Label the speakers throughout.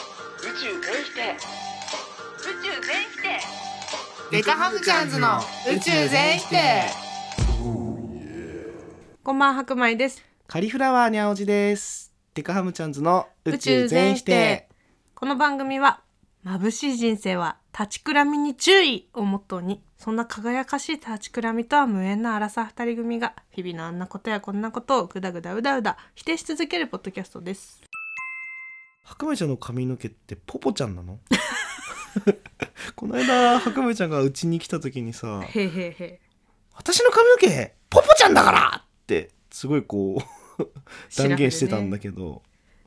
Speaker 1: 宙全否定宇宙全否定
Speaker 2: デカハムチャンズの宇宙全否定
Speaker 3: こんばんは白米です
Speaker 4: カリフラワーにゃおじです。テカハムチャンズの宇宙
Speaker 3: 宇
Speaker 4: 全
Speaker 3: 宙全
Speaker 4: 否
Speaker 3: 否
Speaker 4: 定
Speaker 3: 定。この番組は眩しい人生は立ちくらみに注意をモットーにそんな輝かしい立ちくらみとは無縁な荒さ二人組が日々のあんなことやこんなことをぐだぐだうだうだ否定し続けるポッドキャストです
Speaker 4: 白米ちゃんの髪の毛ってポポちゃんなの この間白米ちゃんがうちに来た時にさ
Speaker 3: へーへーへ
Speaker 4: 「私の髪の毛ポポちゃんだから!」ってすごいこう
Speaker 3: ー
Speaker 4: 断言してたんだ
Speaker 3: シラフ
Speaker 4: け
Speaker 3: でね
Speaker 4: ど、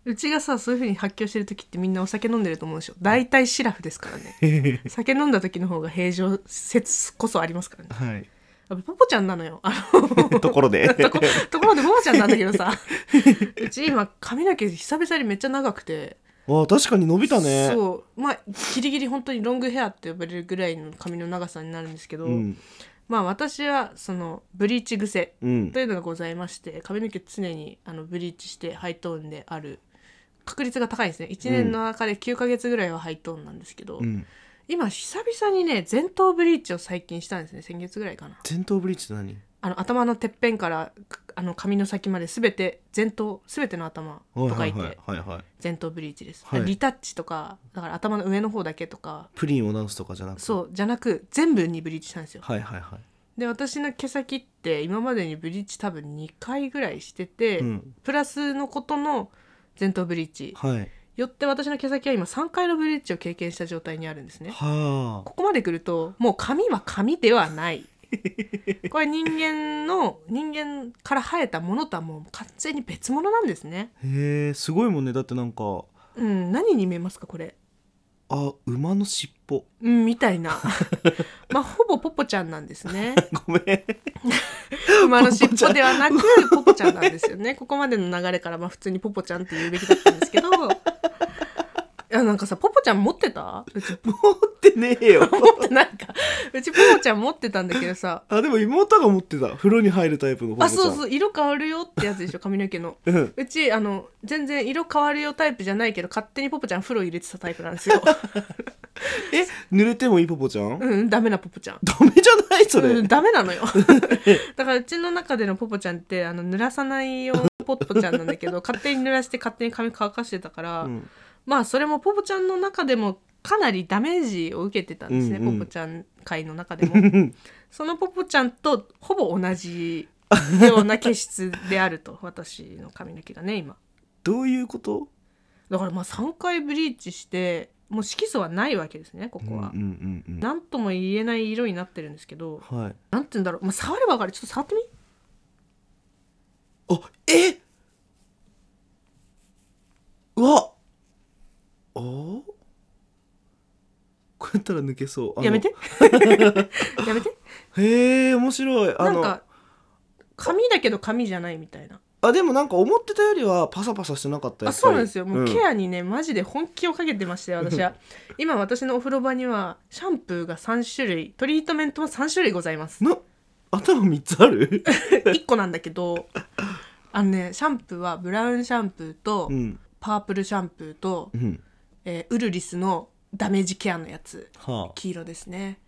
Speaker 3: うちがさそういう風に発狂してる時ってみんなお酒飲んでると思うでしょ大体シラフですからね酒飲んだ時の方が平常説こそありますからね
Speaker 4: はい
Speaker 3: あポポちゃんなのよあの
Speaker 4: ところ で
Speaker 3: とこところでももちゃんなんだけ どさうち今髪の毛久々にめっちゃ長くて
Speaker 4: あ確かに伸びたね
Speaker 3: そうまあギリギリ本当にロングヘアって呼ばれるぐらいの髪の長さになるんですけど、
Speaker 4: ん
Speaker 3: まあ私はそのブリーチ癖
Speaker 4: うん
Speaker 3: というのがございまして髪の毛常にあのブリーチしてハイトーンである確率が高いんですね1年の中で9ヶ月ぐらいはハイトーンなんですけど、
Speaker 4: うん
Speaker 3: 今久々にね前頭ブリーチを最近したんですね先月ぐらいかな
Speaker 4: 前頭ブリーチって何
Speaker 3: あの頭のてっぺんからかあの髪の先まで全て前頭全ての頭とか
Speaker 4: はいい
Speaker 3: て、
Speaker 4: はいはいはい
Speaker 3: 前頭ブリーチです、
Speaker 4: はい
Speaker 3: リタッチとかだから頭の上の方だけとか
Speaker 4: プリンを直すとかじゃなくて
Speaker 3: そうじゃなく全部にブリーチしたんですよ
Speaker 4: はいはいは
Speaker 3: で私の毛先って今までにブリーチ多分2回ぐらいしてて、
Speaker 4: いうん
Speaker 3: プラスのことの前頭ブリーチ
Speaker 4: はい
Speaker 3: よって私の毛先は今3回のブリーチを経験した状態にあるんですね
Speaker 4: はあ
Speaker 3: ここまで来るともう髪は髪ではないこれ人間の人間から生えたものとはもう完全に別物なんですね
Speaker 4: へえすごいもんねだってなんか
Speaker 3: うん何に見えますかこれ
Speaker 4: あ馬の尻 尾
Speaker 3: うんみたいなまあほぼポポちゃんなんです ね
Speaker 4: ごめん
Speaker 3: 馬の尻尾ではなくポポちゃんなんですよねここまでの流れからまあ普通にポポちゃんって言うべきだったんですけどいやなんかさポポちゃん持ってたうち
Speaker 4: 持ってねえよ
Speaker 3: 持ってないかうちポポちゃん持ってたんだけどさ
Speaker 4: あでも妹が持ってた風呂に入るタイプの
Speaker 3: あそう
Speaker 4: う
Speaker 3: そう色変わるよってやつでしょ髪の毛の
Speaker 4: うん
Speaker 3: うちあの全然色変わるよタイプじゃないけど勝手にポポちゃん風呂入れてたタイプなんで すよ
Speaker 4: え濡れてもいいポポちゃん、
Speaker 3: うんダメなポポちゃん
Speaker 4: ダメじゃないそれ、
Speaker 3: うん、ダメな のよだからうちの中でのポポちゃんってあの濡らさないようポッポちゃんなんだけど勝手に濡らして勝手に髪乾かしてたから、
Speaker 4: うん
Speaker 3: まあそれもポポちゃんの中でもかなりダメージを受けてたんですね、
Speaker 4: うんうん
Speaker 3: ポポちゃん界の中で もそのポポちゃんとほぼ同じような毛質であると私の髪の毛がね今
Speaker 4: どういうこと
Speaker 3: だからまあ3回ブリーチしてもう色素はないわけですねここは、
Speaker 4: うんうんうんうん
Speaker 3: なんとも言えない色になってるんですけど
Speaker 4: はい
Speaker 3: なんて言うんだろう、まあ、触れば分かるちょっと触ってみ
Speaker 4: あえうわあこうやったら抜けそうあの
Speaker 3: やめて やめて
Speaker 4: へえ面白 いあ
Speaker 3: なん
Speaker 4: の
Speaker 3: か髪だけど髪じゃないみたいな
Speaker 4: あでもなんか思ってたよりはパサパサしてなかったや
Speaker 3: あ
Speaker 4: っぱ
Speaker 3: そう
Speaker 4: り
Speaker 3: なんですよもううケアにね、マジで本気をかけてまし たよ私は今私のお風呂場にはシャンプーが3種類トリートメントも3種類ございま す
Speaker 4: な頭3つあ る
Speaker 3: 1個なんだけどあのねシャンプーはブラウンシャンプーと、
Speaker 4: うん
Speaker 3: パープルシャンプーと、
Speaker 4: うん
Speaker 3: えーウルリスのダメージケアのやつ
Speaker 4: は
Speaker 3: 黄色ですね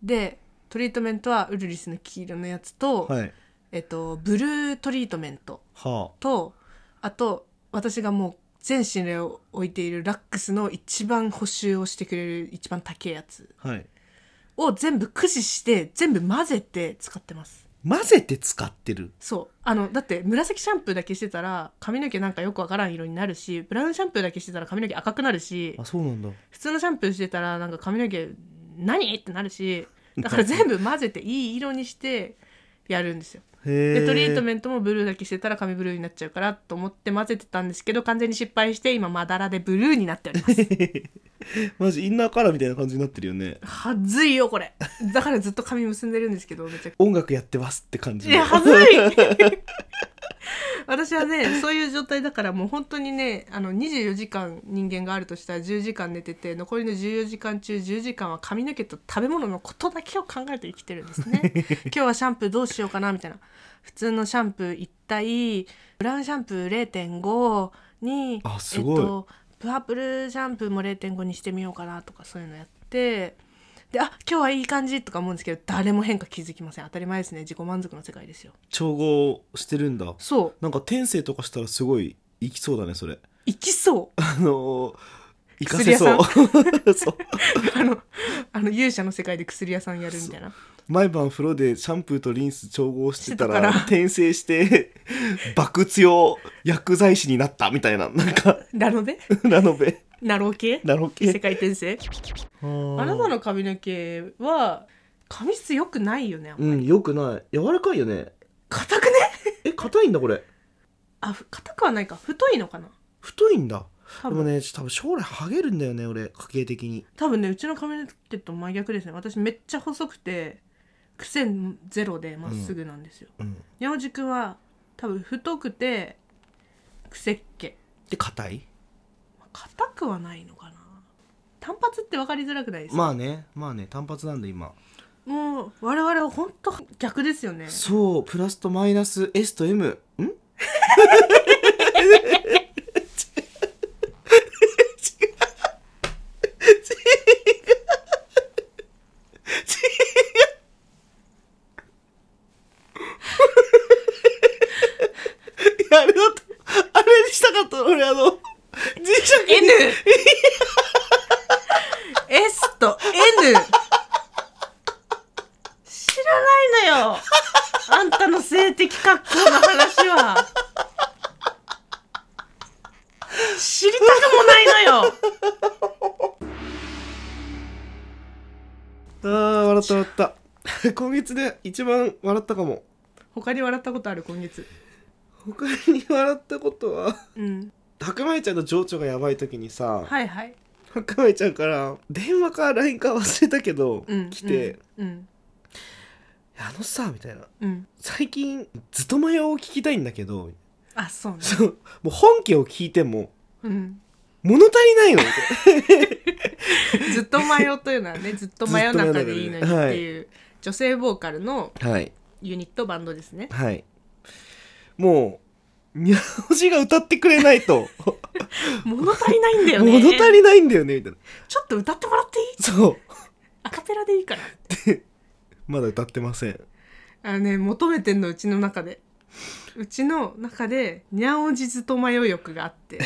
Speaker 3: でトリートメントはウルリスの黄色のやつと、
Speaker 4: あはい
Speaker 3: えっと、ブルートリートメント
Speaker 4: は
Speaker 3: とあと私がもう全身霊を置いているラックスの一番補修をしてくれる一番高いやつ
Speaker 4: あはい
Speaker 3: を全部駆使して全部混ぜて使ってます
Speaker 4: 混ぜて使ってる
Speaker 3: そうあのだって紫シャンプーだけしてたら髪の毛なんかよくわからん色になるしブラウンシャンプーだけしてたら髪の毛赤くなるし
Speaker 4: あそうなんだ
Speaker 3: 普通のシャンプーしてたらなんか髪の毛何ってなるしだから全部混ぜていい色にしてやるんですよ
Speaker 4: へ
Speaker 3: でトリート
Speaker 4: ン
Speaker 3: メントもブルーだけしてたら髪ブルーになっちゃうからと思って混ぜてたんですけど完全に失敗して今まだらでブルーになっております
Speaker 4: マジインナーカラーみたいな感じになってるよね
Speaker 3: はずいよこれだからずっと髪結んでるんですけどめちゃく
Speaker 4: 音楽やってますって感じ
Speaker 3: ちゃいやはず い私はねそういう状態だからもう本当にねあの24時間人間があるとしたら10時間寝てて残りの14時間中10時間は髪の毛と食べ物のことだけを考えて生きてるんで すね今日はシャンプーどうしようかなみたいな普通のシャンプー1体ブラウンシャンプー0.5に
Speaker 4: あすごい
Speaker 3: えっと、プアップルシャンプーも0.5にしてみようかなとかそういうのやってであ今日はいい感じとか思うんですけど誰も変化気づきません当たり前ですね自己満足の世界ですよ
Speaker 4: 調合してるんだ
Speaker 3: そう
Speaker 4: なんか転生とかしたらすごいいきそうだねそれ
Speaker 3: 行きそう
Speaker 4: あのー、行かせそうそう
Speaker 3: あのあの勇者の世界で薬屋さんやるみたいな
Speaker 4: 毎晩風呂でシャンプーとリンス調合してたら
Speaker 3: してたから
Speaker 4: 転生 して爆強薬剤師になったみたいななんか
Speaker 3: ラノベ
Speaker 4: ラノベ
Speaker 3: ナロー系
Speaker 4: ラノ
Speaker 3: 異世
Speaker 4: ケ
Speaker 3: 界転生
Speaker 4: あ
Speaker 3: あな
Speaker 4: な
Speaker 3: たの髪の毛は髪質良くないよねあんま
Speaker 4: うんよくない柔らかいよね
Speaker 3: 硬くね
Speaker 4: え硬いんだこれ
Speaker 3: あふ硬くはないか太いのかな
Speaker 4: 太いんだ
Speaker 3: 多
Speaker 4: でも
Speaker 3: 分ね
Speaker 4: ね多分将来ハゲるんだよね俺家系的に
Speaker 3: 多分ねうちの髪の毛と真逆ですね私めっちゃ細くて癖ゼロでまっすぐなんですよ、
Speaker 4: うん
Speaker 3: 山地君は多分太くて癖っ毛
Speaker 4: で硬い
Speaker 3: まあ硬くはないのかな単発って分かりづらくないですか、
Speaker 4: まあねまあね単発なんで今
Speaker 3: もう我々は本当逆ですよね
Speaker 4: そうプラスとマイナス S と M ん違ういやあれだとあれにしたかったの俺あの磁石
Speaker 3: N S と N 知らないのよあんたの性的格好の話は知りたくもないのよ
Speaker 4: あー笑った笑った今月で一番笑ったかも
Speaker 3: 他に笑ったことある今月
Speaker 4: 他に笑ったことは
Speaker 3: うん
Speaker 4: 白米ちゃんの情緒がやばい時にさ
Speaker 3: はいはい
Speaker 4: 白米ちゃんから電話か LINE か忘れたけど、
Speaker 3: うん
Speaker 4: 来て
Speaker 3: うん
Speaker 4: 「あのさ」みたいな
Speaker 3: うん、うん、
Speaker 4: 「最近ずっと迷を聞きたいんだけど
Speaker 3: あそうね
Speaker 4: そうもう本家を聞いても
Speaker 3: うん
Speaker 4: 物足りないの」みたいな
Speaker 3: ずっと迷うというの はねずっと真夜中でいいのにっていう女性ボーカルの
Speaker 4: はい
Speaker 3: ユニットバンドですね
Speaker 4: はいもうにゃおじが歌ってくれないと
Speaker 3: 物足りないんだ よね
Speaker 4: 物足りないんだよねみたいな
Speaker 3: ちょっと歌ってもらっていい
Speaker 4: そう
Speaker 3: アカペラでいいから
Speaker 4: まだ歌ってません
Speaker 3: あのね求めてんのうちの中でうちの中でにゃんおじずと迷い欲があって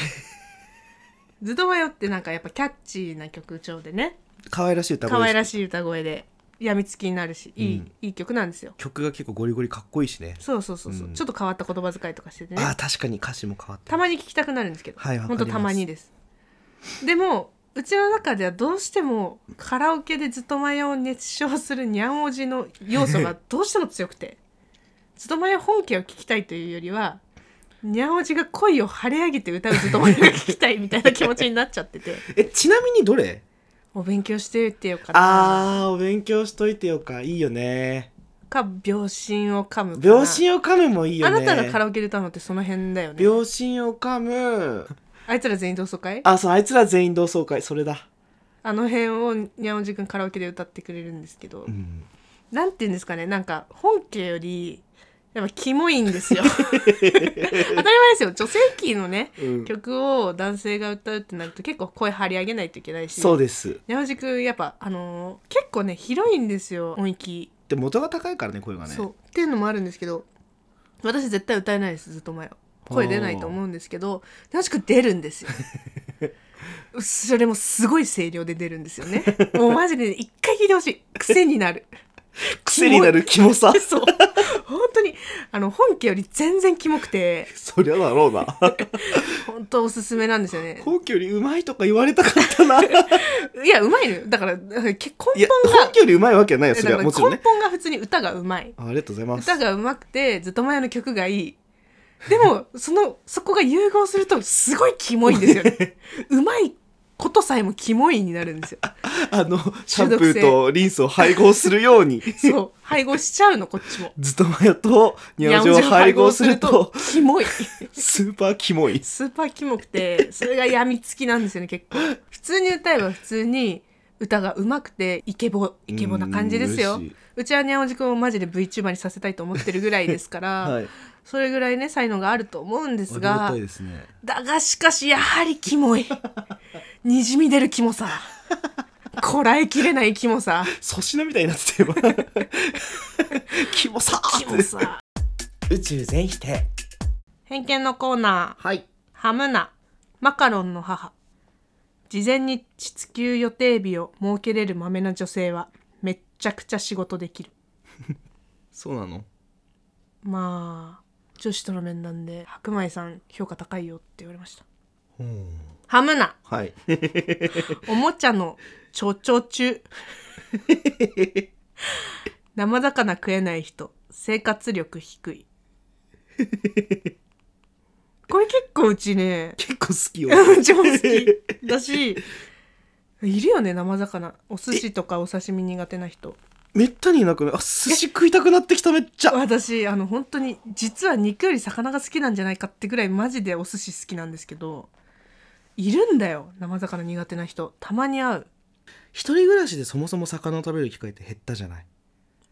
Speaker 3: ずっと迷ってなんかやっぱキャッチーな曲調でね
Speaker 4: 可愛らしい歌
Speaker 3: 可愛ら
Speaker 4: い
Speaker 3: しい歌声でやみつきになるしいい,、
Speaker 4: うん
Speaker 3: いい曲なんですよ
Speaker 4: 曲が結構ゴリゴリかっこいいしね
Speaker 3: そうそうそうそう、
Speaker 4: うん
Speaker 3: ちょっと変わった言葉遣いとかしててね
Speaker 4: ああ確かに歌詞も変わって
Speaker 3: たまに聞きたくなるんですけど、
Speaker 4: はいわか
Speaker 3: ほ
Speaker 4: り
Speaker 3: ん
Speaker 4: ます
Speaker 3: とたまにですでもうちの中ではどうしてもカラオケでずっと前を熱唱するにゃんおじの要素がどうしても強くて ずっと前本家を聞きたいというよりはにゃんおじが恋を晴れ上げて歌うずっと前が聞きたいみたいな気持ちになっちゃってて
Speaker 4: えちなみにどれ
Speaker 3: お勉強しておいてよかった
Speaker 4: あーお勉強しといてよかいいよね
Speaker 3: か秒針を噛むかな
Speaker 4: 秒針を噛むもいいよ
Speaker 3: あ
Speaker 4: ね
Speaker 3: なたがカラオケで歌うのってその辺だよね
Speaker 4: 秒針を噛む
Speaker 3: あいつら全員同窓会あ
Speaker 4: あそうあいつら全員同窓会それだ
Speaker 3: の辺をにゃんおじくんカラオケで歌ってくれるんですけど、
Speaker 4: うん
Speaker 3: なんて言うんですかねなんか本家よりやっぱキモいんですよ 当たり前ですよ女性キーのね
Speaker 4: うん
Speaker 3: 曲を男性が歌うってなると結構声張り上げないといけないし
Speaker 4: そう
Speaker 3: で
Speaker 4: です
Speaker 3: 山地君やっぱあのー結構ね広いんですよ音域、
Speaker 4: で元が高いからね声がね
Speaker 3: そうっていうのもあるんですけど私絶対歌えないですずっと前は声出ないと思うんですけど山地君出るんで すよそれもすごい声量で出るんですよねもうマジでね一回聞いてほしい癖になる
Speaker 4: 癖になるキモさ
Speaker 3: そう本当にあの本家より全然キモくて
Speaker 4: そりゃだろ うな
Speaker 3: 本当おすすめなんですよね
Speaker 4: 本家よりうまいとか言われたかった ない
Speaker 3: いやうまいのよだからだからけ根
Speaker 4: や
Speaker 3: 本が
Speaker 4: 本家よりうまいわけはないよそ
Speaker 3: だ
Speaker 4: れ
Speaker 3: か
Speaker 4: は
Speaker 3: ら
Speaker 4: もちろん
Speaker 3: 根
Speaker 4: ね
Speaker 3: 本が普通に歌がうまい
Speaker 4: あありがとうございます
Speaker 3: 歌がうまくてずっと前の曲がいいでもそのそこが融合するとすごいキモいんですよね うまいことさえもキモいになるんですよ
Speaker 4: あのシャンプ
Speaker 3: 中毒性
Speaker 4: ーとリンスを配合するよう に
Speaker 3: そう配合しちゃうのこっち も
Speaker 4: ずっと前とニャオジを
Speaker 3: ニャオジを
Speaker 4: 配合すると
Speaker 3: キモい
Speaker 4: スーパーキモい
Speaker 3: スーパーキモくてそれが病みつきなんですよね結構普通に歌えば普通に歌が上手くてイケボイケボな感じですよ
Speaker 4: うん嬉しいう
Speaker 3: ちはにゃんおじくんをマジで VTuber にさせたいと思ってるぐらいですから、
Speaker 4: はい
Speaker 3: それぐらいね才能があると思うんです
Speaker 4: ありが
Speaker 3: が
Speaker 4: たいですね
Speaker 3: だがしかしやはりキモいにじみ出るキモさこらえきれないキモさ
Speaker 4: 粗品みたいになってたよ キモさー
Speaker 3: キモさ
Speaker 4: 宇宙全否定
Speaker 3: 偏見のコーナー
Speaker 4: はい
Speaker 3: ハムナマカロンの母事前に地球予定日を設けれるマメな女性はめっちゃくちゃ仕事できる
Speaker 4: そうなの
Speaker 3: まあ女子との面談で白米さん評価高いよって言われました
Speaker 4: うん
Speaker 3: ハムナ
Speaker 4: はい
Speaker 3: おもちゃのちょちょ中生魚食えない人生活力低いこれ結構うちね
Speaker 4: 結構好きよ
Speaker 3: うちも好きだしいるよね生魚お寿司とかお刺身苦手な人
Speaker 4: めったにいなくないあ寿司食いたくなってきためっちゃ
Speaker 3: 私あの本当に実は肉より魚が好きなんじゃないかってぐらいマジでお寿司好きなんですけどいるんだよ生魚苦手な人たまに会う
Speaker 4: 一人暮らしでそもそも魚を食べる機会って減ったじゃない、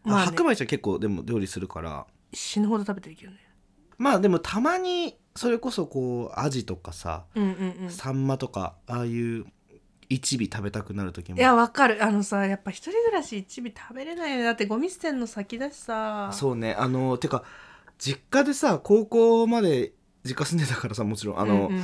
Speaker 4: あ
Speaker 3: まあね
Speaker 4: 白米ちゃん結構でも料理するから
Speaker 3: 死ぬほど食べてるけどね
Speaker 4: まあでもたまにそれこそこうアジとかさ、
Speaker 3: うんうんうん
Speaker 4: サンマとかああいう一尾食べたくなる時も
Speaker 3: いやわかるあのさやっぱ一人暮らし一尾食べれないよねだってゴミ捨てんの先だしさ
Speaker 4: そうねあのてか実家でさ高校まで実家住んでたからさもちろんあの、
Speaker 3: うんうん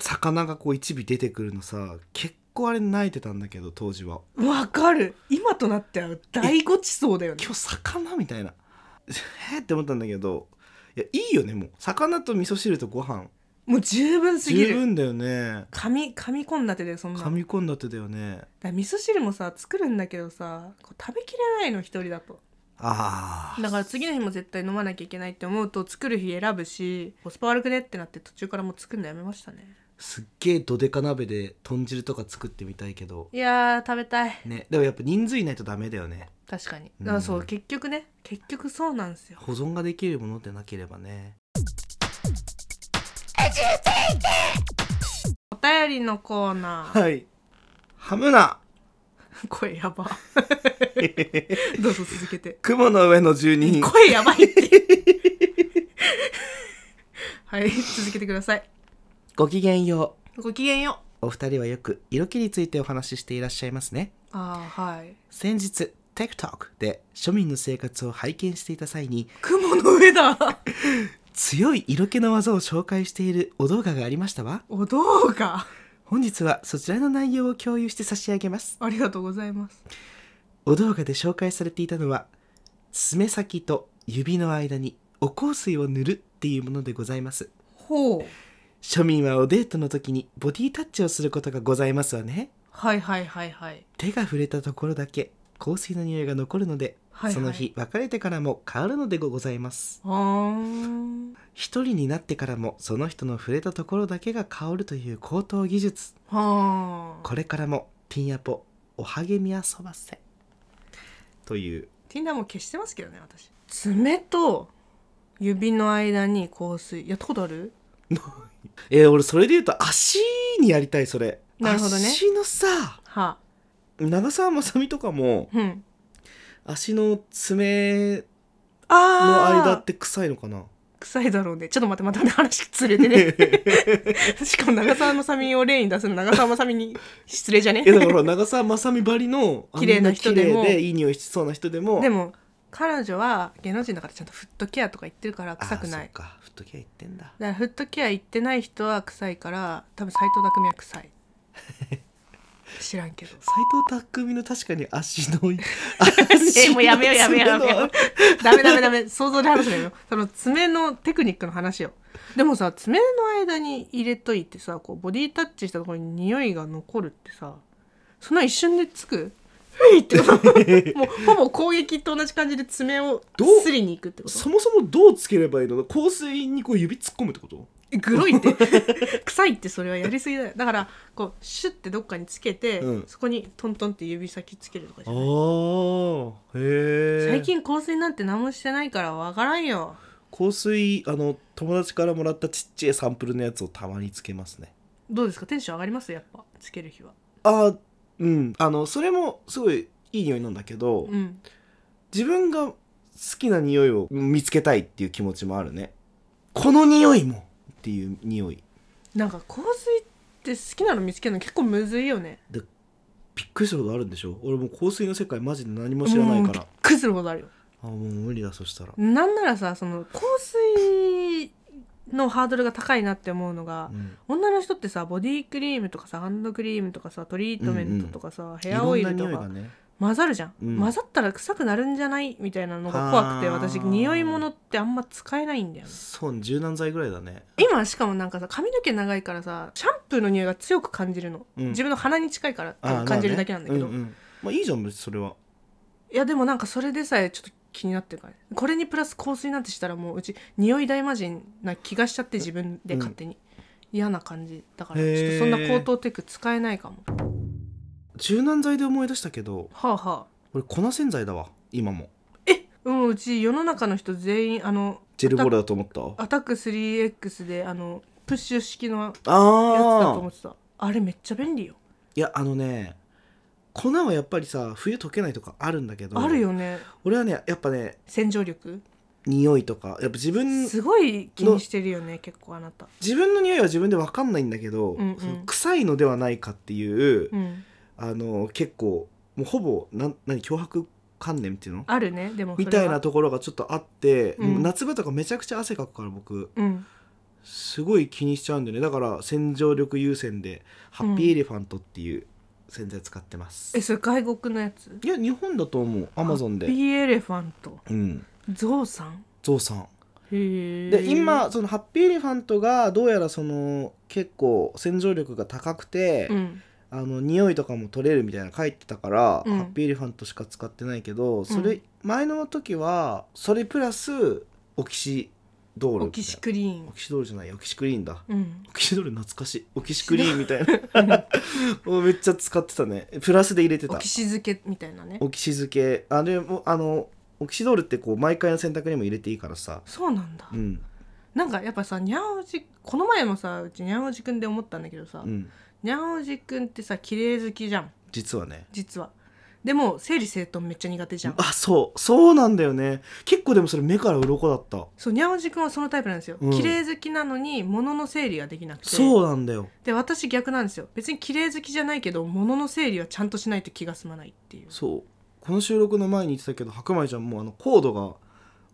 Speaker 4: 魚がこう一尾出てくるのさ結構あれ泣いてたんだけど当時は
Speaker 3: わ、かる今となっては大ごちそうだよね
Speaker 4: 今日魚みたいな えーって思ったんだけどいやいいよねもう魚と味噌汁とご飯
Speaker 3: もう十分すぎ
Speaker 4: 十
Speaker 3: る
Speaker 4: 分だよね
Speaker 3: 噛み噛み込んだてでそんなの
Speaker 4: 噛み込んだってだよね
Speaker 3: だから味噌汁もさ作るんだけどさこう食べきれないの一人だと
Speaker 4: あ
Speaker 3: だから次の日も絶対飲まなきゃいけないって思うと作る日選ぶしコスパ悪くねってなって途中からもう作るのやめましたね
Speaker 4: すっげえどでか鍋で豚汁とか作ってみたいけど
Speaker 3: いやー食べたい
Speaker 4: ねでもやっぱ人数いないとダメだよね
Speaker 3: 確かに
Speaker 4: うん
Speaker 3: だからそう結局ね結局そうなんですよ
Speaker 4: 保存ができるものでなければね
Speaker 3: お便りのコーナー
Speaker 4: はいハムナ
Speaker 3: 声やば どうぞ続けて
Speaker 4: 雲の上の住人
Speaker 3: 声やばいってはい続けてください
Speaker 4: ごきげんよ
Speaker 3: ごきげんよ
Speaker 4: うお二人はよく色気についてお話ししていらっしゃいますね
Speaker 3: うああはい
Speaker 4: 先日 TikTok で庶民の生活を拝見していた際に
Speaker 3: 雲の上だ
Speaker 4: 強い色気の技を紹介しているお動画がありましたわ
Speaker 3: おどうか
Speaker 4: 本日はそちらの内容を共有して差し上げます
Speaker 3: ありがとうございます
Speaker 4: お動画で紹介されていたのは爪先と指の間にお香水を塗るっていうものでございます
Speaker 3: ほう
Speaker 4: 庶民はおデートの時にボディタッチをすることがございますわね
Speaker 3: はいはいはいはい
Speaker 4: 手が触れたところだけ香水の匂いが残るので、
Speaker 3: はいはい
Speaker 4: その日別れてからも変わるのでございます
Speaker 3: あー
Speaker 4: 一人になってからもその人の触れたところだけが香るという高等技術
Speaker 3: はあ
Speaker 4: これからもティンアポお励み遊ばせという
Speaker 3: ティンダーもう消してますけどね私爪と指の間に香水やったことある
Speaker 4: えー俺それで言うと足にやりたいそれ
Speaker 3: なるほどね
Speaker 4: 足のさ
Speaker 3: は
Speaker 4: 長澤まさみとかも
Speaker 3: あうん
Speaker 4: 足の爪の
Speaker 3: ああ
Speaker 4: 間って臭いのかな
Speaker 3: 臭いだろうねちょっと待ってまたね話連れてねしかも長澤まさみを例に出すの長澤まさみに失礼じゃね
Speaker 4: いやだから長澤まさみばりの
Speaker 3: 綺麗な人でも
Speaker 4: あんな綺麗いい匂いしそうな人でも
Speaker 3: でも彼女は芸能人だからちゃんとフットケアとか言ってるから臭くな
Speaker 4: あーそ
Speaker 3: い
Speaker 4: っかふっときゃ言ってんだ
Speaker 3: だからフットケア行ってない人は臭いから多分斎藤工は臭 い知らんけど
Speaker 4: 斎藤匠の確かに足の
Speaker 3: えもうやめようやめようやめよ
Speaker 4: う
Speaker 3: うダメダメダメ想像で話すのよその爪のテクニックの話よでもさ爪の間に入れといてさこうボディタッチしたところに匂いが残るってさそんな一瞬でつくふいってこと もうほぼ攻撃と同じ感じで爪を
Speaker 4: どう
Speaker 3: すりに行くってこと
Speaker 4: そもそもどうつければいいの香水にこう指突っ込むってこと
Speaker 3: えグロいって臭いってそれはやりすぎだよだからこうシュッてどっかにつけて、
Speaker 4: うん
Speaker 3: そこにトントンって指先つけるとかじゃな
Speaker 4: あ
Speaker 3: い
Speaker 4: へえ
Speaker 3: 最近香水なんて何もしてないからわからんよ
Speaker 4: 香水あの友達からもらったちっちゃいサンプルのやつをたまにつけますね
Speaker 3: どうですかテンション上がりますやっぱつける日は
Speaker 4: あーうんあのそれもすごいいい匂いなんだけど、
Speaker 3: うん
Speaker 4: 自分が好きな匂いを見つけたいっていう気持ちもあるねこの匂いもっていう匂い
Speaker 3: なんか香水って好きなの見つけるの結構むずいよね
Speaker 4: びっくりすることあるんでしょ俺もう香水の世界マジで何も知らないか
Speaker 3: もうび
Speaker 4: ら
Speaker 3: っくりするほどあるよ
Speaker 4: あもう無理だそしたら、
Speaker 3: なんならさその香水のハードルが高いなって思うのが
Speaker 4: う、ん
Speaker 3: 女の人ってさボディクリームとかさハンドクリームとかさトリートメントとかさ、ヘアオイル
Speaker 4: い
Speaker 3: と
Speaker 4: ろんな匂い
Speaker 3: か
Speaker 4: がね
Speaker 3: 混ざるじゃん、
Speaker 4: うん
Speaker 3: 混ざったら臭くなるんじゃないみたいなのが怖くて
Speaker 4: あー
Speaker 3: 私匂い物ってあんま使えないんだよね
Speaker 4: そう柔軟剤ぐらいだね
Speaker 3: 今しかもなんかさ髪の毛長いからさシャンプーの匂いが強く感じるの、
Speaker 4: うん
Speaker 3: 自分の鼻に近いから
Speaker 4: あー
Speaker 3: 感じるだけなんだけど、
Speaker 4: まあねうんうんまあいいじゃんそれはい
Speaker 3: やでもなんかそれでさえちょっと気になってるからねこれにプラス香水なんてしたらもううち匂い大魔人な気がしちゃって自分で勝手に、嫌な感じだから
Speaker 4: へー
Speaker 3: ちょっとそんな口頭テク使えないかも
Speaker 4: 柔軟剤で思い出したけど
Speaker 3: はあは
Speaker 4: 俺粉洗剤だわ今も
Speaker 3: あえもううち世の中の人全員あの
Speaker 4: ジェルボールだと思った
Speaker 3: アタック 3X であのプッシュ式のやつだと
Speaker 4: あ
Speaker 3: 思
Speaker 4: あ
Speaker 3: ってたあれめっちゃ便利よ
Speaker 4: いやあのね粉はやっぱりさ冬溶けないとかあるんだけど
Speaker 3: あるよね
Speaker 4: 俺はねやっぱね
Speaker 3: 洗浄力
Speaker 4: 匂いとかやっぱ自分
Speaker 3: すごい気にしてるよね結構あなた
Speaker 4: 自分の匂いは自分で分かんないんだけど、
Speaker 3: うんうん
Speaker 4: その臭いのではないかっていう、
Speaker 3: うん
Speaker 4: あの結構もうほぼなん何脅迫観念っていうの
Speaker 3: あるねでもそれ
Speaker 4: み
Speaker 3: は
Speaker 4: たいなところがちょっとあって、
Speaker 3: うん
Speaker 4: 夏場とかめちゃくちゃ汗かくから僕
Speaker 3: うん
Speaker 4: すごい気にしちゃうんだよねだから洗浄力優先でハッピーエレファントっていう洗剤使ってます、
Speaker 3: えそれ外国のやつ
Speaker 4: いや日本だと思うアマゾンで
Speaker 3: ハッピーエレファント
Speaker 4: うん
Speaker 3: ゾウさん
Speaker 4: ゾウさん
Speaker 3: へえ
Speaker 4: で今そのハッピーエレファントがどうやらその結構洗浄力が高くて、
Speaker 3: うん
Speaker 4: あの匂いとかも取れるみたいなの書いてたから、
Speaker 3: うん
Speaker 4: ハッピーエレファントしか使ってないけどそれ、前の時はそれプラスオキシドールみたいな
Speaker 3: オキシクリー
Speaker 4: オ
Speaker 3: ン
Speaker 4: キシドールじゃないオキシクリーンだ
Speaker 3: うん
Speaker 4: オキシドール懐かしいオキシクリーンみたいなもう めっちゃ使ってたねプラスで入れてた
Speaker 3: オキシ漬けみたいなね
Speaker 4: オキシ漬けあれもあのオキシドールってこう毎回の洗濯にも入れていいからさ
Speaker 3: そうなんだ
Speaker 4: うん
Speaker 3: なんかやっぱさにゃんおじこの前もさうちにゃんおじくんで思ったんだけどさ、
Speaker 4: うん
Speaker 3: にゃんおじくんってさ綺麗好きじゃん
Speaker 4: 実はね
Speaker 3: 実はでも整理整頓めっちゃ苦手じゃん
Speaker 4: あそうそうなんだよね結構でもそれ目から鱗だった
Speaker 3: そうにゃんおじくんはそのタイプなんですよ、
Speaker 4: うん
Speaker 3: 綺麗好きなのに物の整理ができなくて
Speaker 4: そうなんだよ
Speaker 3: で私逆なんですよ別に綺麗好きじゃないけど物の整理はちゃんとしないと気が済まないっていう
Speaker 4: そうこの収録の前に言ってたけど白米ちゃんもうあのコードがも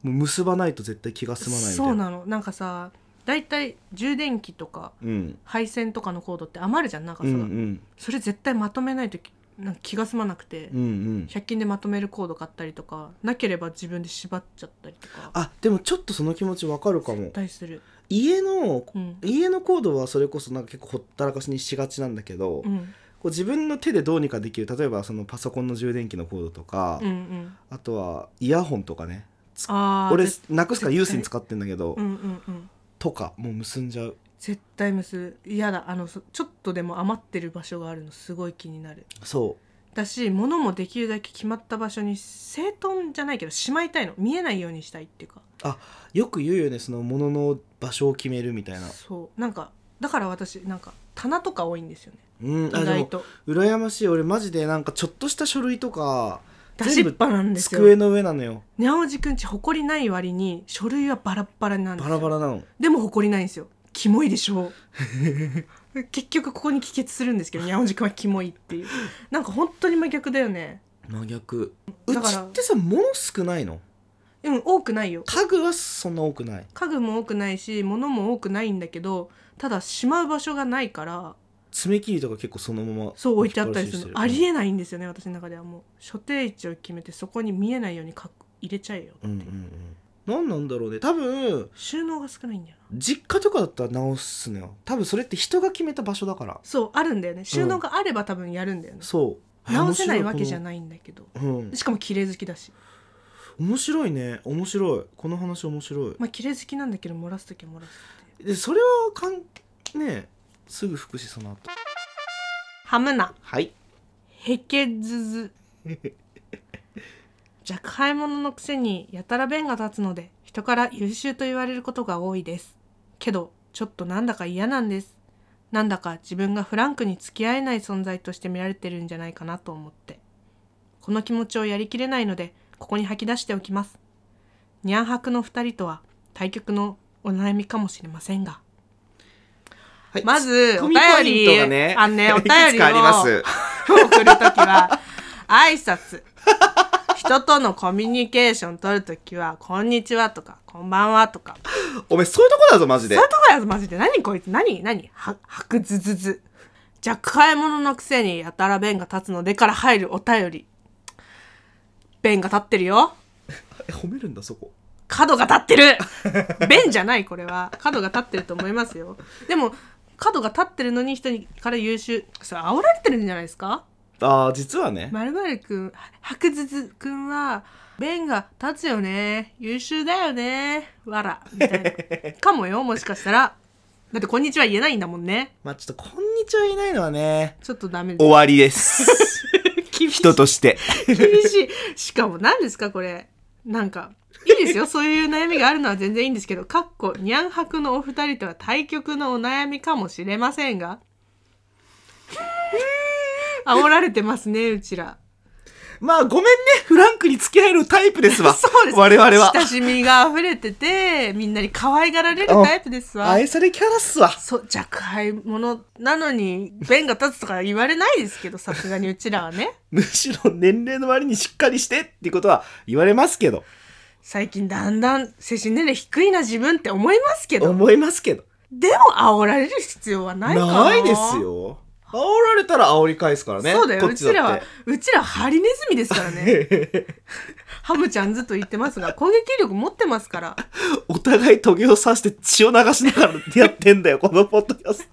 Speaker 4: う結ばないと絶対気が済まないみたい
Speaker 3: そうなのなんかさ大体充電器とか
Speaker 4: うん
Speaker 3: 配線とかのコードって余るじゃん長さ
Speaker 4: う
Speaker 3: が、
Speaker 4: んうん
Speaker 3: それ絶対まとめないときなんか気が済まなくて、
Speaker 4: うんうん
Speaker 3: 100均でまとめるコード買ったりとかなければ自分で縛っちゃったりとか
Speaker 4: あでもちょっとその気持ちわかるかも
Speaker 3: 絶対する
Speaker 4: 家の
Speaker 3: うん、
Speaker 4: 家のコードはそれこそなんか結構ほったらかしにしがちなんだけど、
Speaker 3: う
Speaker 4: こ
Speaker 3: ん、
Speaker 4: う自分の手でどうにかできる例えばそのパソコンの充電器のコードとか、
Speaker 3: うんうん
Speaker 4: あとはイヤホンとかね
Speaker 3: あー
Speaker 4: 俺
Speaker 3: 絶
Speaker 4: なくすから有線使ってんだけど、
Speaker 3: うんうんうん
Speaker 4: とかもう結んじゃう
Speaker 3: 絶対むす嫌だあのそちょっとでも余ってる場所があるのすごい気になる
Speaker 4: そ
Speaker 3: だし物もできるだけ決まった場所に整頓じゃないけどしまいたいの見えないようにしたいっていうか
Speaker 4: うよく言うよねその物の場所を決めるみたいな
Speaker 3: そうなんかだから私なんか棚とか多いんですよね
Speaker 4: うんあ
Speaker 3: 意
Speaker 4: で
Speaker 3: 外
Speaker 4: も
Speaker 3: と
Speaker 4: 羨ましい俺マジでなんかちょっとした書類とか
Speaker 3: 出しっ
Speaker 4: 全部
Speaker 3: ぱなんです
Speaker 4: 机
Speaker 3: よ
Speaker 4: の上なのよ
Speaker 3: にゃおじくんち埃ない割に書類はバラッバラなんです
Speaker 4: バ
Speaker 3: よ
Speaker 4: ラバラなの
Speaker 3: でも埃ないんですよキモいでしょ う結局ここに帰結するんですけどにゃおじくんはキモいっていうなんか本当に真逆だよね
Speaker 4: 真逆うち
Speaker 3: だから
Speaker 4: ってさ物少ないの
Speaker 3: うん多くないよ
Speaker 4: 家具はそんな多くない
Speaker 3: 家具も多くないし物も多くないんだけどただしまう場所がないから
Speaker 4: 爪切りとか結構そのまま
Speaker 3: そう置いてあったりするのあり
Speaker 4: え
Speaker 3: えないんですよね私の中ではもう所定位置を決めてそこに見えないようにかく入れちゃえよって
Speaker 4: うんうんうん何なんだろうね多分
Speaker 3: 収納が少ないんだよな
Speaker 4: 実家とかだったら直すのよ多分それって人が決めた場所だから
Speaker 3: そうあるんだよね収納があれば多分やるんだよね、
Speaker 4: そう
Speaker 3: 直せないわけじゃ
Speaker 4: い
Speaker 3: ないんだけど
Speaker 4: 面白いこのうん
Speaker 3: しかも綺麗好きだし
Speaker 4: 面白いね面白いこの話面白い
Speaker 3: まあ綺麗好きなんだけど漏らす時は漏らすっていう
Speaker 4: でそれはかんねすぐ福祉その後
Speaker 3: ハムナ
Speaker 4: はい
Speaker 3: へけずず若輩者のくせにやたら弁が立つので人から優秀と言われることが多いですけどちょっとなんだか嫌なんですなんだか自分がフランクに付き合えない存在として見られてるんじゃないかなと思ってこの気持ちをやりきれないのでここに吐き出しておきますニャン博の2人とは対局のお悩みかもしれませんが
Speaker 4: はい
Speaker 3: まず
Speaker 4: ツッコ
Speaker 3: お便
Speaker 4: ミポイント
Speaker 3: り、
Speaker 4: がね
Speaker 3: あのねお便
Speaker 4: いくつ
Speaker 3: りを
Speaker 4: かあります
Speaker 3: 送るときは挨拶人とのコミュニケーション取るときは「こんにちは」とか「こんばんは」とか
Speaker 4: おめえそういうとこだぞマジで
Speaker 3: そういうとこやぞマジで何こいつ何何は白ずずずじゃ買い物のくせにやたら弁が立つのでから入るお便り弁が立ってるよ
Speaker 4: え褒めるんだそこ
Speaker 3: 角が立ってる弁じゃないこれは角が立ってると思いますよでも角が立ってるのに人にから優秀それ煽られてるんじゃないですか
Speaker 4: ああ実はね
Speaker 3: まるまるくん、白ずくんは、弁が立つよね。優秀だよね。わら。みたいな。かもよ、もしかしたら。だって、こんにちは言えないんだもんね。
Speaker 4: まあちょっとこんにちは言えないのは ね
Speaker 3: ちょっとダメで
Speaker 4: 終わりです
Speaker 3: す。厳しい。
Speaker 4: 人として
Speaker 3: 厳しい。しかも、何ですか、これ。なんか、いいですよ。そういう悩みがあるのは全然いいんですけど、かっこ、にゃんはくのお二人とは対局のお悩みかもしれませんが。煽られてますね、うちら。
Speaker 4: まあごめんねフランクに付き合えるタイプですわ
Speaker 3: そうです。
Speaker 4: 我々は
Speaker 3: 親しみが溢れてて、みんなに可愛がられるタイプですわ。
Speaker 4: 愛されキャラっすわ
Speaker 3: そう、若輩者なのに、弁が立つとか言われないですけど、さすがにうちらはね。
Speaker 4: むしろ年齢の割にしっかりしてっていうことは言われますけど
Speaker 3: 最近だんだん精神年齢低いな自分って思いますけど、
Speaker 4: 思いますけど
Speaker 3: でも煽られる必要はないかな。
Speaker 4: ないです。よ煽られたら煽り返すからね
Speaker 3: そうだよ、
Speaker 4: こっ
Speaker 3: う
Speaker 4: ちだって
Speaker 3: ちらは、うちらハリネズミですからね。 ハムちゃんずっと言ってますが、攻撃力持ってますから。
Speaker 4: お互いトゲを刺して血を流しながらやってんだよ、このポッドキャス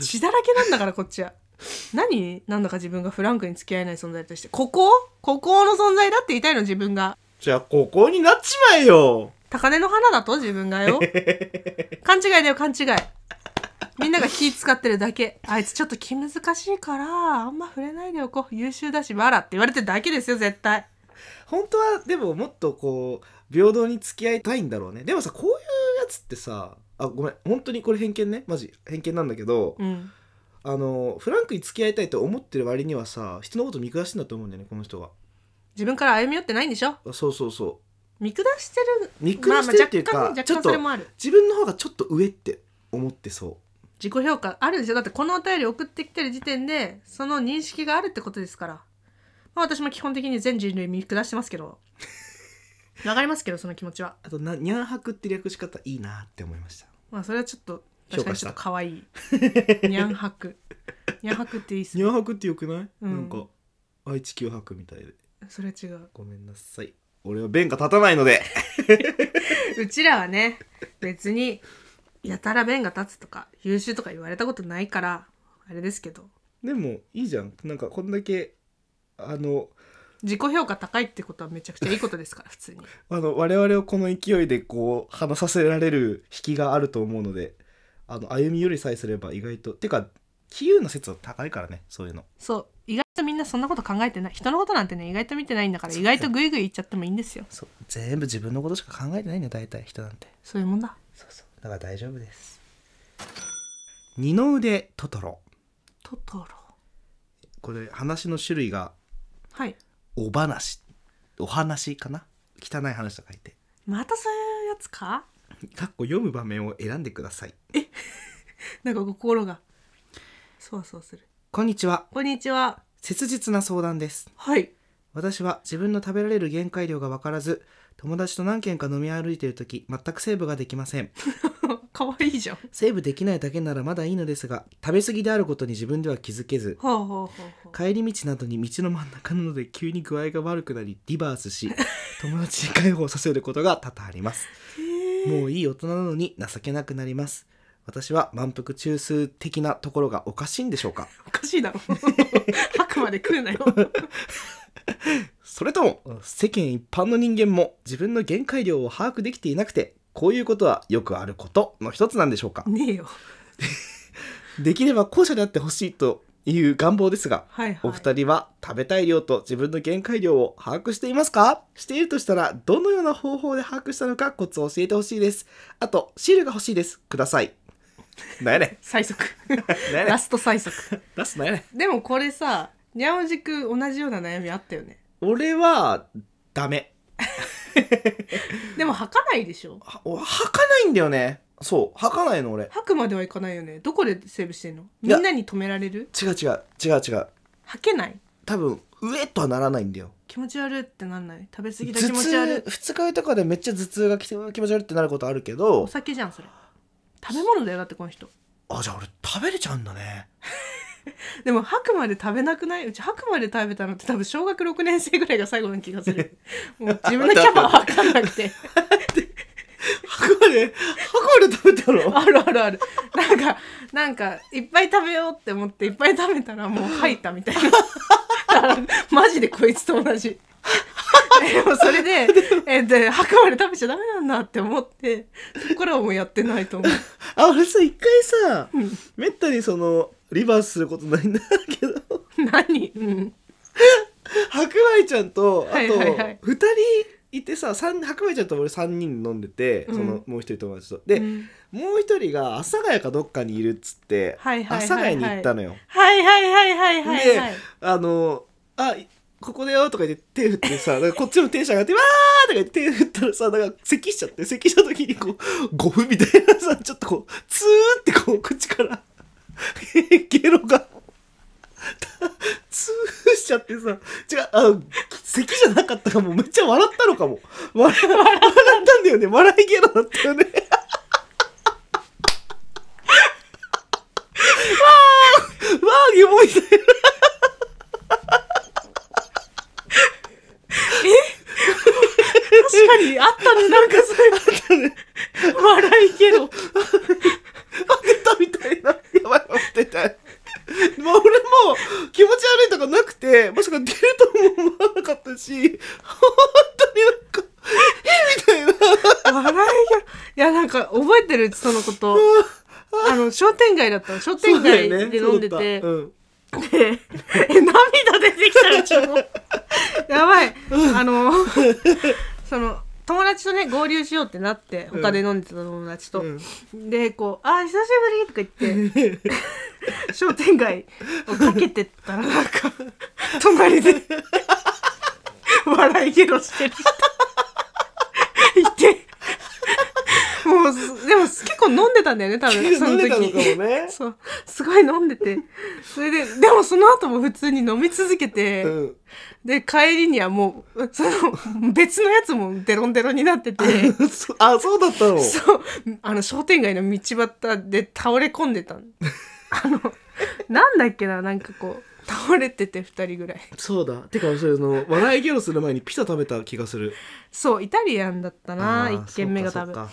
Speaker 3: 血だらけなんだからこっちは何なんだか自分がフランクに付き合えない存在としてここここの存在だって言いたいの自分が
Speaker 4: ト。じゃあ、ここになっちまえよ。
Speaker 3: 高嶺の花だと自分が よ勘違いだよ勘違いみんなが気使ってるだけあいつちょっと気難しいからあんま触れないでおこう優秀だしわらって言われてるだけですよ絶対
Speaker 4: 本当は、でももっとこう、平等に付き合いたいんだろうね。でもさ、こういうやつってさ、あ、ごめん、本当にこれ偏見ね。マジ、偏見なんだけど、
Speaker 3: うん
Speaker 4: あの、フランクに付き合いたいと思ってる割にはさ、人のこと見下してんだと思うんだよね、この人は。
Speaker 3: 自分から歩み寄ってないんでしょ
Speaker 4: あそうそうそ
Speaker 3: 見下してる
Speaker 4: う。見下してるっていうか、
Speaker 3: まあ、まあ若干ね
Speaker 4: ちょっ
Speaker 3: 若干そ
Speaker 4: と
Speaker 3: れもある
Speaker 4: 自分の方がちょっと上って思ってそ
Speaker 3: 自己評価あるんですよだってこのお便り送ってきてる時点でその認識があるってことですから、まあ、私も基本的に全人類見下してます けどわかりますけどその気持ちは
Speaker 4: う。あとな、にゃんはくって略し方いいなって思いました。
Speaker 3: まあそれはちょっと
Speaker 4: 評
Speaker 3: 確か
Speaker 4: 価
Speaker 3: に
Speaker 4: し
Speaker 3: ち
Speaker 4: た
Speaker 3: ょっと可愛いにゃんはく にゃんはくっていいっす
Speaker 4: に
Speaker 3: ね
Speaker 4: ゃんはくってよくない、
Speaker 3: うん
Speaker 4: なんか、愛知九博みたいで。
Speaker 3: それは違う
Speaker 4: ごめんなさい。俺は弁が立たないので。
Speaker 3: うちらはね別にやたら弁が立つとか優秀とか言われたことないからあれですけど
Speaker 4: でも、いいじゃん。なんか、こんだけ、あの、
Speaker 3: 自己評価高いってことはめちゃくちゃいいことですから普通に
Speaker 4: あの、我々をこの勢いで、こう、話させられる引きがあると思うので、あの、歩み寄りさえすれば意外と、てか、杞憂の説は高いからね、そういうの。
Speaker 3: そう意外とみんなそんなこと考えてない人のことなんてね意外と見てないんだから意外とグイグイ言っちゃってもいいんですよ
Speaker 4: そう。全部自分のことしか考えてないんだよ、大体、人なんて。
Speaker 3: そういうもんだ
Speaker 4: そうそう。だから大丈夫です。二の腕トトロ。
Speaker 3: トトロ
Speaker 4: これ、話の種類が、
Speaker 3: はい
Speaker 4: お話お話かな汚い話と書いて
Speaker 3: またそういうやつか
Speaker 4: かっこ読む場面を選んでください
Speaker 3: なんか心がそわそわする
Speaker 4: こんにちは
Speaker 3: こんにちは
Speaker 4: 切実な相談です
Speaker 3: はい
Speaker 4: 私は自分の食べられる限界量が分からず友達と何軒か飲み歩いている時全くセーブができません
Speaker 3: かわいいじゃん
Speaker 4: セーブできないだけならまだいいのですが食べ過ぎであることに自分では気づけず
Speaker 3: ほうほうほうほう
Speaker 4: 帰り道などに道の真ん中なので急に具合が悪くなりリバースし友達に介抱させることが多々ありますもういい大人なのに情けなくなります私は満腹中枢的なところがおかしいんでしょうか
Speaker 3: おかしいだ ろ吐くまで食うなよ
Speaker 4: それとも世間一般の人間も自分の限界量を把握できていなくてこういうことはよくあることの一つなんでしょうか
Speaker 3: ねえよ
Speaker 4: できれば後者であってほしいという願望ですが
Speaker 3: はいはい
Speaker 4: お二人は食べたい量と自分の限界量を把握していますかしているとしたらどのような方法で把握したのかコツを教えてほしいですあとシールが欲しいですくださいなんやね
Speaker 3: 最 速
Speaker 4: んなんやね
Speaker 3: ラ
Speaker 4: ん
Speaker 3: スト最速
Speaker 4: ラストなんやねん
Speaker 3: でもこれさにゃおじく同じような悩みあったよね
Speaker 4: 俺はダメ
Speaker 3: でも吐かないでしょ
Speaker 4: は俺吐かないんだよねそう吐かないの俺
Speaker 3: 吐くまではいかないよねどこでセーブしてんの
Speaker 4: い
Speaker 3: み
Speaker 4: や
Speaker 3: んなに止められる
Speaker 4: 違う違う違う違う
Speaker 3: 吐けない
Speaker 4: 多分上とはならないんだよ
Speaker 3: 気持ち悪いってなんない食べ過
Speaker 4: 頭
Speaker 3: ぎた気持ち悪い
Speaker 4: 痛二日酔いとかでめっちゃ頭痛がきて気持ち悪いってなることあるけど
Speaker 3: お酒じゃんそれ食べ物だよだってこの人
Speaker 4: あじゃあ俺食べれちゃうんだ ね
Speaker 3: でも吐くまで食べなくないうち吐くまで食べたのって多分小学6年生ぐらいが最後な気がする もう自分のキャパは分かんなくて
Speaker 4: 白馬で白馬で食べたの
Speaker 3: あるあるあるなんかなんかいっぱい食べようって思っていっぱい食べたらもう吐いたみたいな だからマジでこいつと同じ でもそれでえで吐くまで食べちゃダメなんだって思ってそこからはもうやってないと思う
Speaker 4: あ俺さ一回さ
Speaker 3: うん
Speaker 4: めったにそのリバースすることない んだけど
Speaker 3: 何うん
Speaker 4: 白米ちゃんとあと
Speaker 3: はいはいはい
Speaker 4: 二人いてさ三白米ちゃんと俺3人飲んでて、
Speaker 3: うん
Speaker 4: そのもう一人友達とで、
Speaker 3: うん
Speaker 4: もう一人が阿佐ヶ谷かどっかにいるっつって、
Speaker 3: はいはいはいはい
Speaker 4: 阿佐ヶ谷に行ったのよ
Speaker 3: はいはいはいはいはいはい
Speaker 4: であの「あここだよ」とか言って手振ってさなんかこっちもテンション上がって「わー!」とか言って手振ったらさなんか咳しちゃって咳した時にこうゴフみたいなさちょっとこうツーってこう口からゲロが。ツーしちゃってさ違うあの咳じゃなかったかもめっちゃ笑ったのかも笑笑ったんだよね笑いゲロだったよね わあゲモいだよ
Speaker 3: 確かにあったねなんかそういう笑いゲロ
Speaker 4: 出たみたいな。やばい、出た。もう俺も気持ち悪いとかなくて、もしか出るとも思わなかったし、本当になんか、えみたいな。
Speaker 3: 笑いがいやなんか覚えてるそのことあの商店街だったの商店街で飲んで
Speaker 4: そうだ
Speaker 3: て、
Speaker 4: よねうん
Speaker 3: でえ涙出てきたうちも やばいあのその友達とね合流しようってなって
Speaker 4: うん
Speaker 3: 他で飲んでた友達と、
Speaker 4: うん
Speaker 3: でこう「あー久しぶり」とか 言って商店街をかけてったらなんか隣で笑いゲロしてる人いてもうすでも結構飲んでたんだよね多分そ
Speaker 4: 飲ん
Speaker 3: の
Speaker 4: で
Speaker 3: 時
Speaker 4: たのかも ね。
Speaker 3: そうすごい飲んでてそれででもその後も普通に飲み続けて、
Speaker 4: うん
Speaker 3: で帰りにはもうその別のやつもデロンデロンにな ってて
Speaker 4: そあ、そうだったの。
Speaker 3: そうあの商店街の道端で倒れ込んでたのあのなんだっけななんかこう倒れてて2人ぐらい
Speaker 4: そうだ。てか、それあの、笑いゲロする前にピザ食べた気がする。
Speaker 3: そうイタリアンだったな1軒目が多分
Speaker 4: 分。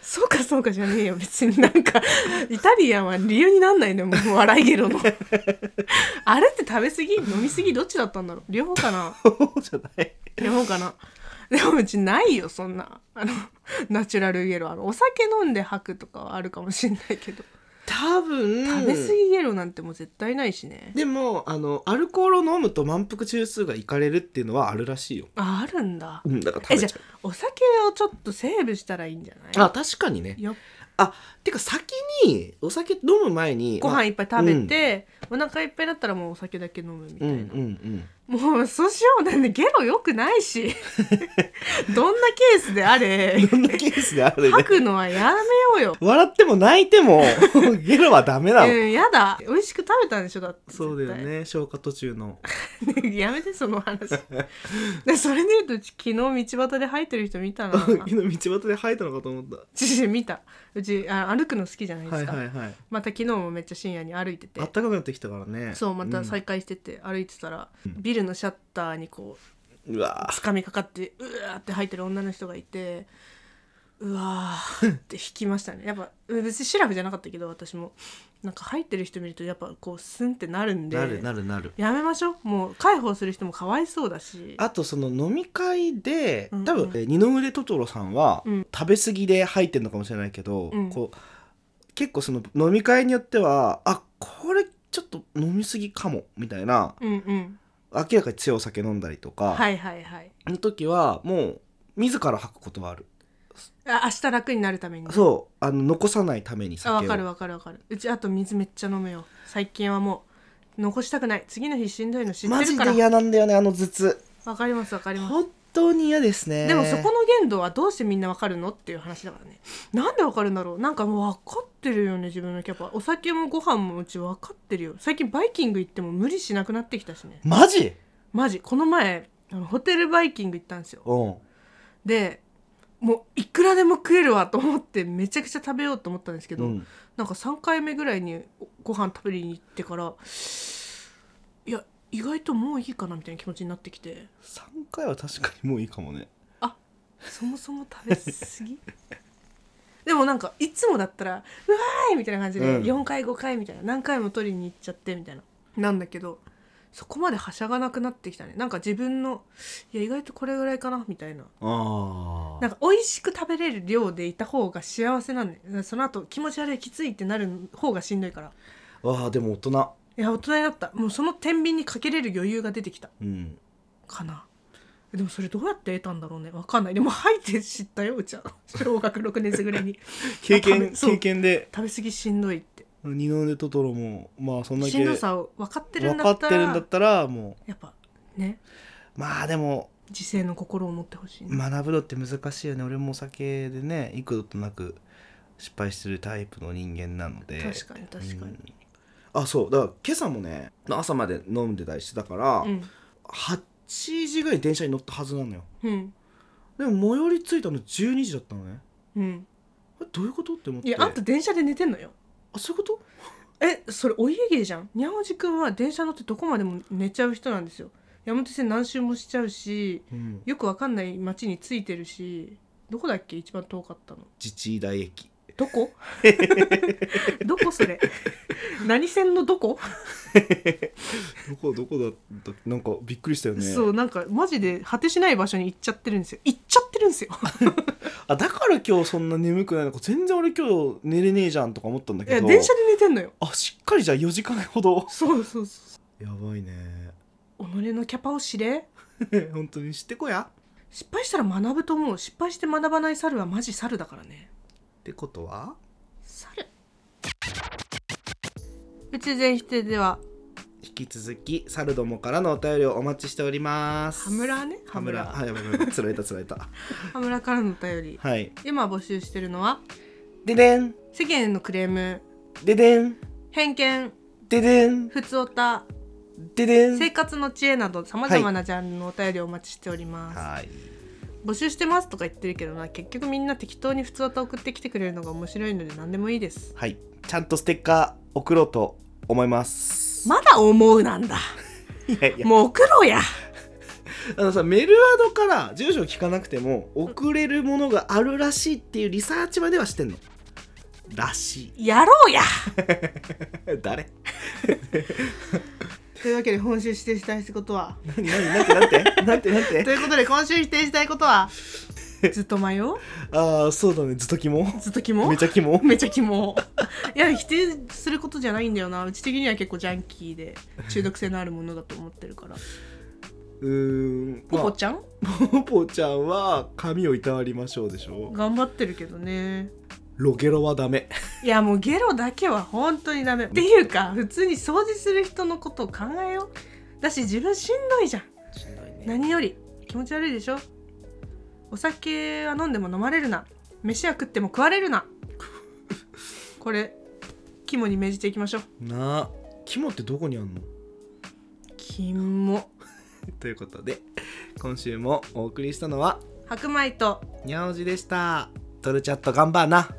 Speaker 3: そうかそうかじゃねえよ別になんかイタリアンは理由になんないのよもう笑い ゲロのあれって食べ過ぎ飲み過ぎどっちだったんだろう両方かな
Speaker 4: そうじゃない。
Speaker 3: 両方かなでもうちないよそんなあのナチュラルゲロあのお酒飲んで吐くとかはあるかもしんないけど、
Speaker 4: 多分。
Speaker 3: 食べ過ぎゲロなんてもう絶対ないしね
Speaker 4: でも、あの、アルコールを飲むと満腹中枢がいかれるっていうのはあるらしいよ。
Speaker 3: ああるんだ
Speaker 4: うん、だから
Speaker 3: え
Speaker 4: 食べ
Speaker 3: じゃ
Speaker 4: ちゃう。
Speaker 3: あお酒をちょっとセーブしたらいいんじゃない
Speaker 4: あ確かにね
Speaker 3: よっ
Speaker 4: あてか先にお酒飲む前に
Speaker 3: ご
Speaker 4: まあ
Speaker 3: 飯いっぱい食べて、お腹いっぱいだったらもうお酒だけ飲むみた
Speaker 4: う
Speaker 3: い
Speaker 4: ん
Speaker 3: な、
Speaker 4: うんうん
Speaker 3: もうそうしようだねゲロよくないし どんなケースであれ
Speaker 4: いろんなケースであるね
Speaker 3: 吐くのはやめようよ、
Speaker 4: 笑っても泣いて もゲロはダメなの、
Speaker 3: うん、やだ美味しく食べたんでしょだって
Speaker 4: そうだよ
Speaker 3: 絶対
Speaker 4: ね消化途中の
Speaker 3: やめてその話でそれで言うとうち昨日道端で吐いてる人見たな
Speaker 4: 昨日道端で吐いたのかと思った
Speaker 3: ち見たうちあ歩くの好きじゃないで
Speaker 4: は
Speaker 3: す
Speaker 4: い
Speaker 3: か、
Speaker 4: はいはい
Speaker 3: また昨日もめっちゃ深夜に歩いてて
Speaker 4: あったかくなってきたからね
Speaker 3: そうまた
Speaker 4: ん
Speaker 3: 再開してて歩いてたら、ビルのシャッターにこう
Speaker 4: うわ
Speaker 3: つかみかかってうわーって吐いてる女の人がいてうわーって引きましたねやっぱ別にシラフじゃなかったけど私もなんか吐いてる人見るとやっぱこうスンってなるんで
Speaker 4: なるなるなる
Speaker 3: やめましょうもう介抱する人もかわいそうだし
Speaker 4: あとその飲み会で
Speaker 3: うんうん
Speaker 4: 多分、え二の腕トトロさんは、
Speaker 3: うん
Speaker 4: 食べ過ぎで入ってるのかもしれないけど、
Speaker 3: うん
Speaker 4: こう結構その飲み会によってはあこれちょっと飲み過ぎかもみたいな
Speaker 3: うんうん
Speaker 4: 明らかに強いお酒飲んだりとか、
Speaker 3: はいはいはい
Speaker 4: の時はもう自ら吐くことはある
Speaker 3: あ明日楽になるためにね
Speaker 4: そうあの残さないために
Speaker 3: あ
Speaker 4: 酒を
Speaker 3: わかるわかるわかるうちあと水めっちゃ飲むよ最近はもう残したくない次の日しんどいの知って
Speaker 4: マ
Speaker 3: る
Speaker 4: ジ
Speaker 3: か
Speaker 4: で
Speaker 3: ら
Speaker 4: 嫌なんだよねあの頭痛
Speaker 3: わかりますわかります
Speaker 4: 本当に嫌ですね
Speaker 3: でもそこの限度はどうしてみんなわかるのっていう話だからねなんでわかるんだろうなんかもう分かってるよね自分のキャパお酒もご飯もうち分かってるよ最近バイキング行っても無理しなくなってきたしね
Speaker 4: マジ
Speaker 3: マジこの前あのホテルバイキング行ったんですよ
Speaker 4: うん
Speaker 3: でもういくらでも食えるわと思ってめちゃくちゃ食べようと思ったんですけど、
Speaker 4: うん
Speaker 3: なんか3回目ぐらいにご飯食べに行ってからいや意外ともういいかなみたいな気持ちになってきて
Speaker 4: 3回は確かにもういいかもね
Speaker 3: そもそも食べ過ぎ でもなんかいつもだったら「うわーい!」みたいな感じで
Speaker 4: うん
Speaker 3: 4回5回みたいな何回も取りに行っちゃってみたいななんだけどそこまではしゃがなくなってきたねなんか自分のいや意外とこれぐらいかなみたいな
Speaker 4: あ
Speaker 3: なんか美味しく食べれる量でいた方が幸せなんでその後気持ち悪いきついってなる方がしんどいから
Speaker 4: あわあでも大人
Speaker 3: いや大人になったもうその天秤にかけれる余裕が出てきた
Speaker 4: うん
Speaker 3: かなでもそれどうやって得たんだろうねわかんないでも吐いて知ったようちは小学6年生ぐらいに
Speaker 4: 経
Speaker 3: あ食
Speaker 4: 験
Speaker 3: べそう
Speaker 4: 経験で
Speaker 3: 食べ過ぎしんどいって
Speaker 4: 二の腕トトロもまあそんだけ
Speaker 3: しんどさを分かってる
Speaker 4: 分
Speaker 3: んだ
Speaker 4: か
Speaker 3: っ
Speaker 4: ったて
Speaker 3: ら
Speaker 4: るんだったらも
Speaker 3: やっぱね
Speaker 4: うまあでも
Speaker 3: 自制の心を持ってほしいね、
Speaker 4: 学ぶのって難しいよね俺もお酒でね幾度となく失敗してるタイプの人間なので
Speaker 3: 確かに確か
Speaker 4: う
Speaker 3: に
Speaker 4: んあそうだから今朝もね朝まで飲んでたりしてたから、
Speaker 3: うん
Speaker 4: 8時ぐらいに電車に乗ったはずなのよ
Speaker 3: うん
Speaker 4: でも最寄り着いたの12時だったのね
Speaker 3: うん
Speaker 4: あれどういうことって思って
Speaker 3: いやあんた電車で寝てんのよ
Speaker 4: あそういうこと
Speaker 3: えそれお家芸じゃんにゃんおじくんは電車乗ってどこまでも寝ちゃう人なんですよ山手線何周もしちゃうし
Speaker 4: うん
Speaker 3: よくわかんない街についてるしどこだっけ一番遠かったの
Speaker 4: 自治医大駅
Speaker 3: ど こどこそれ何線のどこ、
Speaker 4: どこどこだったなんかびっくりしたよね
Speaker 3: そうなんかマジで果てしない場所に行っちゃってるんですよ行っちゃってるんですよ
Speaker 4: あだから今日そんな眠くないのか全然俺今日寝れねえじゃんとか思ったんだ
Speaker 3: い
Speaker 4: け
Speaker 3: や
Speaker 4: ど
Speaker 3: 電車で寝てんのよ
Speaker 4: あしっかりじゃあ4時間ほど
Speaker 3: そうそうそ
Speaker 4: やばいね
Speaker 3: う己のキャパを知れ
Speaker 4: 本当に知ってこや
Speaker 3: 失敗したら学ぶと思う失敗して学ばない猿はマジ猿だからね
Speaker 4: ってことは
Speaker 3: 猿宇宙全否定では
Speaker 4: 引き続きサルどもからのお便りをお待ちしております
Speaker 3: ハムラーね
Speaker 4: ハムラ
Speaker 3: ハ
Speaker 4: はいやばいやばい つられたつられた
Speaker 3: 羽村からのお便り
Speaker 4: はい
Speaker 3: 今募集してるのは
Speaker 4: ででん
Speaker 3: 世間へのクレーム
Speaker 4: ででん
Speaker 3: 偏見
Speaker 4: ででん
Speaker 3: ふつおた
Speaker 4: ででん
Speaker 3: 生活の知恵などさまざまなジャンルのお便りをお待ちしております、
Speaker 4: はい
Speaker 3: 募集してますとか言ってるけどな結局みんな適当に普通と送ってきてくれるのが面白いので何でもいいです
Speaker 4: はいちゃんとステッカー送ろうと思います
Speaker 3: まだ思うなんだ
Speaker 4: いやいや
Speaker 3: もう送ろうや
Speaker 4: あのさメルアドから住所聞かなくても送れるものがあるらしいっていうリサーチまではしてんのらし
Speaker 3: やろうや
Speaker 4: い 誰
Speaker 3: というわけで本週否定したいことは
Speaker 4: 何何なんてなんてなんてなん
Speaker 3: と
Speaker 4: て
Speaker 3: いうことで今週否定したいこと はずっと迷う
Speaker 4: ああそうだねずっとキモ
Speaker 3: ずっとキモ
Speaker 4: めちゃキモ
Speaker 3: めちゃキモいや否定することじゃないんだよなうち的には結構ジャンキーで中毒性のあるものだと思ってるから
Speaker 4: うーん
Speaker 3: ポ
Speaker 4: ま
Speaker 3: コ
Speaker 4: あ
Speaker 3: ちゃん
Speaker 4: ポポちゃんは髪をいたわりましょうでしょ
Speaker 3: 頑張ってるけどね
Speaker 4: ロゲロはダメ
Speaker 3: いやもうゲロだけは本当にダメっていうか普通に掃除する人のことを考えようだし自分しんどいじゃん
Speaker 4: しんどいね
Speaker 3: 何より気持ち悪いでしょお酒は飲んでも飲まれるな飯は食っても食われる なこれ肝に銘じていきましょう
Speaker 4: なあキモってどこにあんの
Speaker 3: 肝
Speaker 4: ということで今週もお送りしたのは
Speaker 3: 白米と
Speaker 4: にゃおじでしたトルチャット頑張ーな